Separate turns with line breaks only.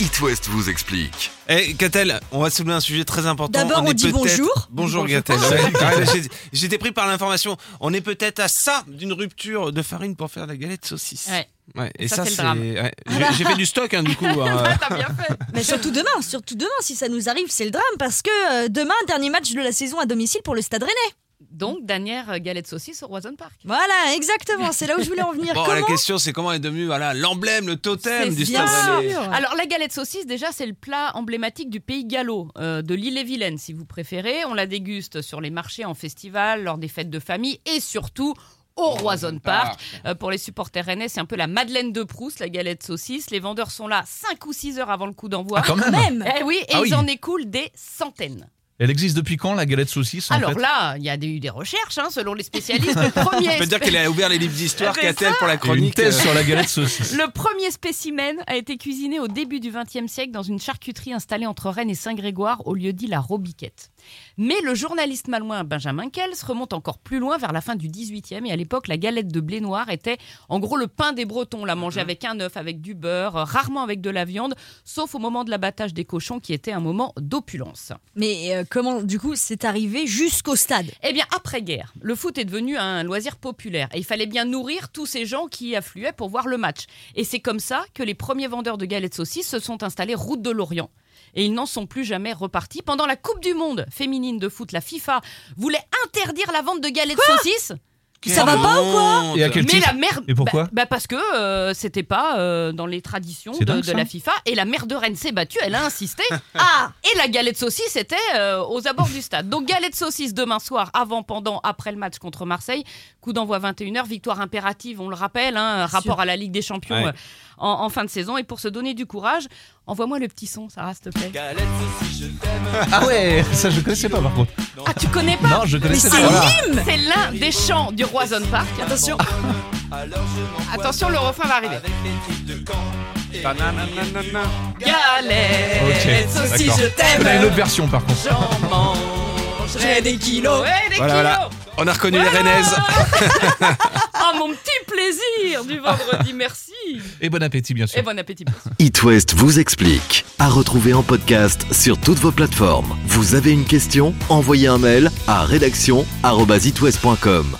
It West vous explique.
Eh, Gatel, on va soulever un sujet très important.
D'abord, on
est
dit
peut-être-
bonjour.
Bonjour, Gatel. Ouais, j'ai- J'étais pris par l'information. On est peut-être à ça d'une rupture de farine pour faire la galette saucisse.
Ouais.
Ouais, et
Ça,
ça,
c'est le
c'est.
drame.
ouais. J'ai- J'ai fait du stock, hein, du coup. hein.
T'as bien fait.
Mais surtout demain, surtout demain, si ça nous arrive, c'est le drame parce que euh, demain, dernier match de la saison à domicile pour le Stade Rennais.
Donc, dernière euh, galette saucisse au Roison Park.
Voilà, exactement, c'est là où je voulais en venir.
Bon, la
Comment
question, c'est comment est devenu voilà, l'emblème, le totem
C'est
du
bien
Stade Rennais.
sûr.
Alors, la galette saucisse, déjà, c'est le plat emblématique du pays gallo, euh, de l'île et Vilaine, si vous préférez. On la déguste sur les marchés, en festival, lors des fêtes de famille et surtout au Roison Park. Euh, pour les supporters rennais, c'est un peu la Madeleine de Proust, la galette saucisse. Les vendeurs sont là 5 ou 6 heures avant le coup d'envoi.
Ah, quand même
Même
Eh oui, et
Ah
ils
oui.
en écoulent des centaines.
Elle existe depuis quand la galette saucisse en
Alors
fait
là, il y a des- eu des recherches, hein, selon les spécialistes. Le premier,
Je peux te dire
espé-
qu'elle a ouvert les livres d'histoire,
C'est
Gatel, pour la
Et Une
chronique. euh,
thèse sur la galette saucisse.
le premier spécimen a été cuisiné au début du XXe siècle dans une charcuterie installée entre Rennes et Saint-Grégoire, au lieu dit la Robiquette. Mais le journaliste malouin Benjamin Kels remonte encore plus loin vers la fin du XVIIIe et à l'époque, la galette de blé noir était en gros le pain des Bretons. On la mangeait avec un œuf, avec du beurre, euh, rarement avec de la viande, sauf au moment de l'abattage des cochons qui était un moment d'opulence.
Mais euh, comment, du coup, c'est arrivé jusqu'au stade
Eh bien, après-guerre, le foot est devenu un loisir populaire et il fallait bien nourrir tous ces gens qui affluaient pour voir le match. Et c'est comme ça que les premiers vendeurs de galettes saucisses se sont installés route de l'Orient. Et ils n'en sont plus jamais repartis. Pendant la Coupe du Monde féminine de foot, la FIFA voulait interdire la vente de galettes saucisses.
Ça va pas
ou quoi
Et à quel
Mais
titre
la mère.
Et pourquoi
bah, bah Parce que euh, c'était pas euh, dans les traditions
C'est
de,
dingue,
de
ça.
la FIFA. Et la mère de Rennes s'est battue, elle a insisté.
Ah
Et la galette saucisse était euh, aux abords du stade. Donc galette saucisse demain soir, avant, pendant, après le match contre Marseille. Coup d'envoi 21h, victoire impérative, on le rappelle, hein, rapport à la Ligue des Champions
Ouais.
euh, en, en fin de saison. Et pour se donner du courage, envoie-moi le petit son, Sarah, s'il te plaît.
Ah ouais, ça je connaissais pas par contre.
Ah, tu connais pas
Non, je connaissais
c'est
pas. Voilà.
C'est l'un des chants du Roison Park. Attention. Attention, le refrain va arriver. Galette,
Ok,
saucisse, je
d'accord. Elle a une
t'aime.
autre version par contre.
J'en mangerai des kilos. Ouais, des
Voilà,
kilos.
voilà. On a reconnu les Rennaises.
Ah, mon petit plaisir du vendredi, merci.
Et bon appétit bien sûr.
Et bon appétit. bien sûr.
It West vous explique. À retrouver en podcast sur toutes vos plateformes. Vous avez une question Envoyez un mail à rédaction@itwest.com.